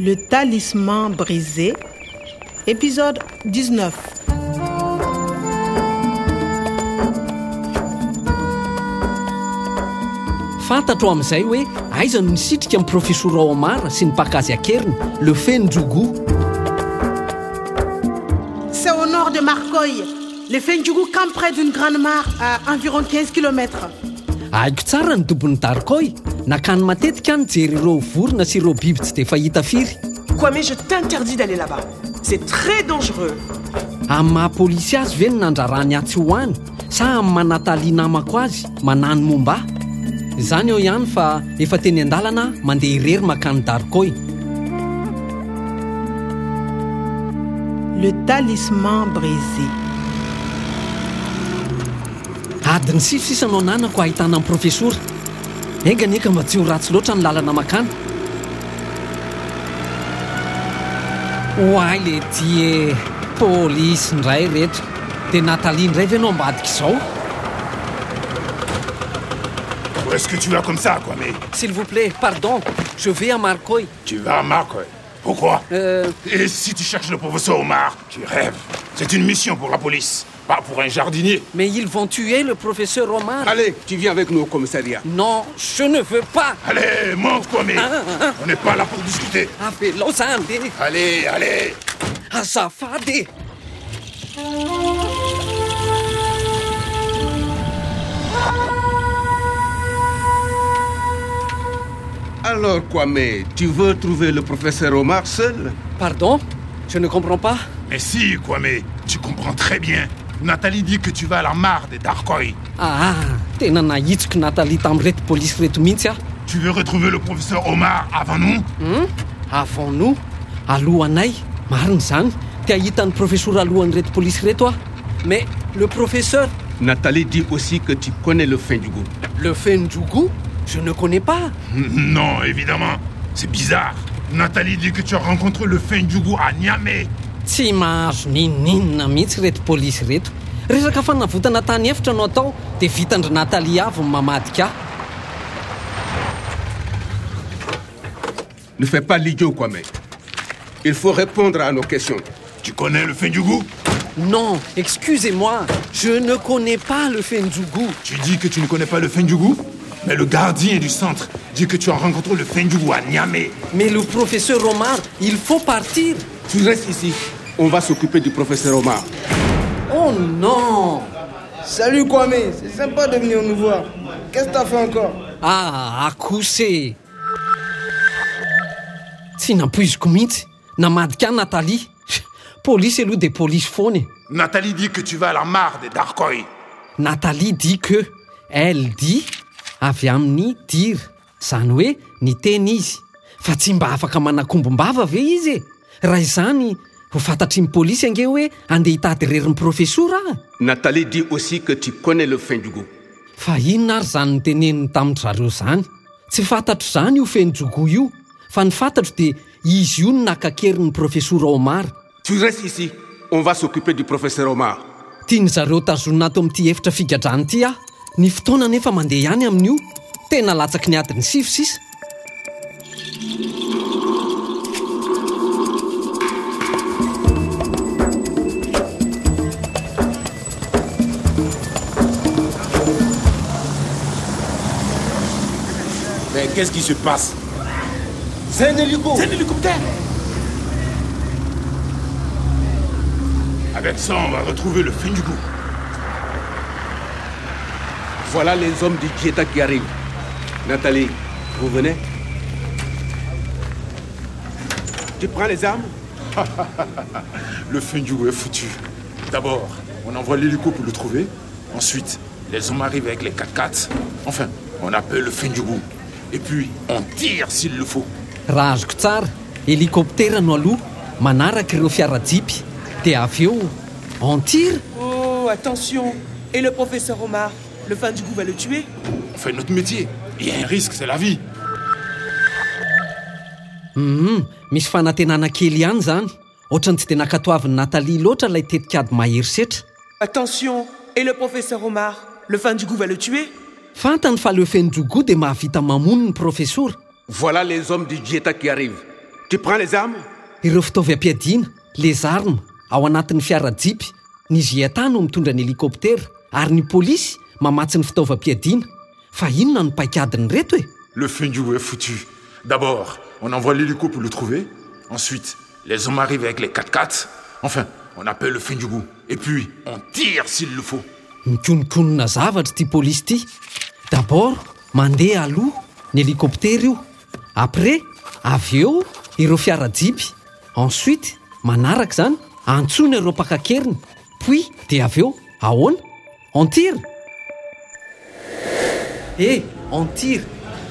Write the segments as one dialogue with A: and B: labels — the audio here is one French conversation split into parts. A: Le talisman brisé, épisode 19.
B: fantatro amin'izay hoe aiza no nisitrika amin'ny profesora omara sy ny mpakazy akeriny le fendrogo
A: C'est au nord de Marcoy. Le Fendjougou campe près d'une grande mare à environ 15 km.
B: aiko tsara ny dobon'ny darkoy nakany matetika ny jery ireo vorona sy ireo biby tsy dia fahita firy
C: Kwame, je t'interdis d'aller là-bas. C'est très dangereux.
B: amin'ny mahapolisy azy ve ny nandrarany atsy hoany sa amin'ny manatalia namako azy manany momba ahy? izany eo ihany fa efa teny an-dalana aho, mandeha irery makany darkoy
A: Le talisman brisé.
B: adiny sifisanao nanako ahitana amin'ny profesora engany eka mba tsy ho ratsy loatra ny lalana makany hoay le ty e pôlisy ndray reto dia natalia ndray ve anao ambadika izao
D: Où est-ce que tu vas comme ça, quoi, mais
B: s'il vous plaît pardon je vais à marcoy
D: Tu vas à Marcoy. Pourquoi
B: Euh.
D: Et si tu cherches le professeur Omar Tu rêves. C'est une mission pour la police, pas pour un jardinier.
B: mais ils vont tuer le professeur omar
E: Allez, tu viens avec nous au commissariat.
B: non je ne veux pas
D: Allez, monte, quoi, mais On n'est pas là pour discuter.
B: avelao zany de
D: Allez, allez
B: azafady
E: Alors, Kwame, tu veux trouver le professeur Omar seul
B: pardon je ne comprends pas
D: Mais si, quoi, mais tu comprends très bien. Nathalie dit que tu vas à la mare des Darkoi.
B: aha tena nahitsiko natalia tamin'ireto polisy reto mihitsy aho
D: Tu veux retrouver le professeur Omar avant nous
B: avant nous Ah, alohanay marina zany te ahita ny professeur alohan'ny reto polisy reto aho mais le professeur
E: Nathalie dit aussi que tu connais le fin du goût.
B: le fendrogo je ne connais pas
D: Non, évidemment. C'est bizarre. Nathalie dit que tu as rencontré le Fendjougou à Niamey.
B: tsy mahazo nininona mihitsy reto polisy reto resaka fanavotana tany efitra no atao dia vitandry natalia avy ny mamadika ahy
E: Ne fais pas l'idiot, Kwame. Il faut répondre à nos questions.
D: Tu connais le Fendjougou
B: non excusez-moi je ne connais pas le fendrogo
D: Tu dis que tu ne connais pas le Fendjougou Mais le gardien du centre dit que tu as rencontré le Fendjougou à Niamey.
B: mais le professeur Omar il faut partir
E: Tu restes ici. On va s'occuper du professeur Omar.
B: oh non
F: Salut Kwame, c'est sympa de venir nous voir. Qu'est-ce que t'as fait encore
B: ah akose tsy nampoiziko mihitsy namadika ahy natalia polisy aloha dia polisy foana e.
D: Nathalie dit que tu vas à la mare des Darkoi.
B: natalia dit que elle dit avy amin'ny dira izany hoe ny teny izy fa tsy mba afaka manakombombava ve izy e raha izany ho fantatry ny polisy ange hoe andeha hitady rerin'ny profesora aho
E: Nathalie dit aussi que tu connais le fin du goût.
B: fa inona ary izany nyteneniny tamin-drareo izany tsy fantatro izany io fenydrogo io fa ny fantatro dia izy io no nakakeriny profesora omara
E: Tu restes ici. On va s'occuper du professeur Omar.
B: tian'zareo tazonina ato amin'ity efitra figadrana ity aho ny fotoana nefa mandeha ihany amin'io tena latsaky ny adiny sivy sisa
D: Mais qu'est-ce qui se passe
E: C'est un hélico.
D: C'est un hélicoptère Avec ça, on va retrouver le Fendjougou.
E: Voilà les hommes du Dieta qui arrivent. Nathalie, vous venez Tu prends les armes
D: Le Fendjougou est foutu. D'abord, on envoie l'hélico pour le trouver. Ensuite, les hommes arrivent avec les 4x4. Enfin, on appelle le Fendjougou. Et puis, on tire s'il le faut.
B: raha azoko tsara hélikoptera no aloha manaraka ireo fiara-jipy dia avy eo antira
C: Oh, attention. Et le professeur Omar, le fan du goût va le tuer
D: On fait notre métier. Il y a un risque, c'est la vie.
B: Mhm, misy fanantenana kely ihany izany ohatrany tsy dia nakatoavin'ny natalia loatra ilay tetikady mahery setra
C: Attention. Et le professeur Omar, le fan du goût va le tuer
B: fantany fa le fendrogo dia mahavita mamono ny profesora
E: Voilà les hommes du Dieta qui arrivent. Tu prends les armes
B: ireo fitaovampiadiana les armes ao anatin'ny fiarajipy ny zian-tany no mitondra ny helikoptera ary ny pôlisy mamatsy ny fitaovam-piadiana fa inona no paikadiny reto e
D: Le Fendiou est foutu. D'abord, on envoie l'hélico pour le trouver. Ensuite, les hommes arrivent avec les 4x4. Enfin, on appelle le Fendiou. Et puis, on tire s'il le faut.
B: mikonikonina zavatra ity pôlisy ity dabord mandeha aloha ny helikoptera io après avy eo ireo fiarajipy ensuite manaraka zany antsona ireo mpakakeriny puis dia avy eo ahoana on tire eh on tire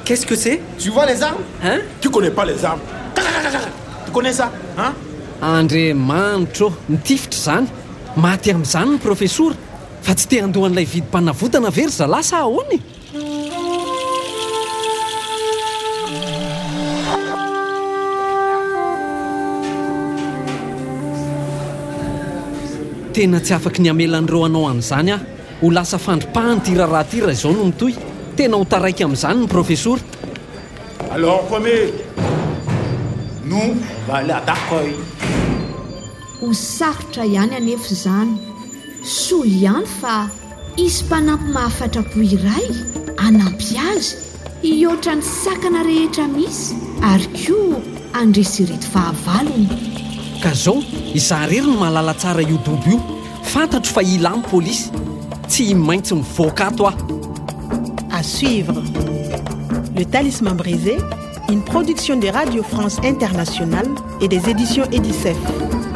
B: qu'est-ce que c'est
F: Tu vois les armes
B: hein
G: Tu connais pas les armes Tu connais ça hein
B: andriamanitra ô mitifitra zany maty amin'izany ny profesora fa tsy te andohan'ilay vidim-panavotana very zalasa ahoany tena tsy afaky ny amelan'ireo anao amin'izany aho ho lasa fandripahany ty raharaha ty raha izao no mitoy tena ho taraiky amin'izany ny profesora
G: Alors, premier, nous, on va aller à Darkoy.
H: ho sarotra ihany anefa izany soa ihany fa isy mpanampy mahafatra-po iray anampy azy hihoatra ny sakana rehetra misy ary koa andresirety fahavalony
B: ka zao iza rery no mahalala tsara io dobo io fantatro fa ilamy pôlisy tsy maintsy mivoaka ato aho
I: À suivre. Le Talisman brisé, une production de Radio France Internationale et des éditions Edicef.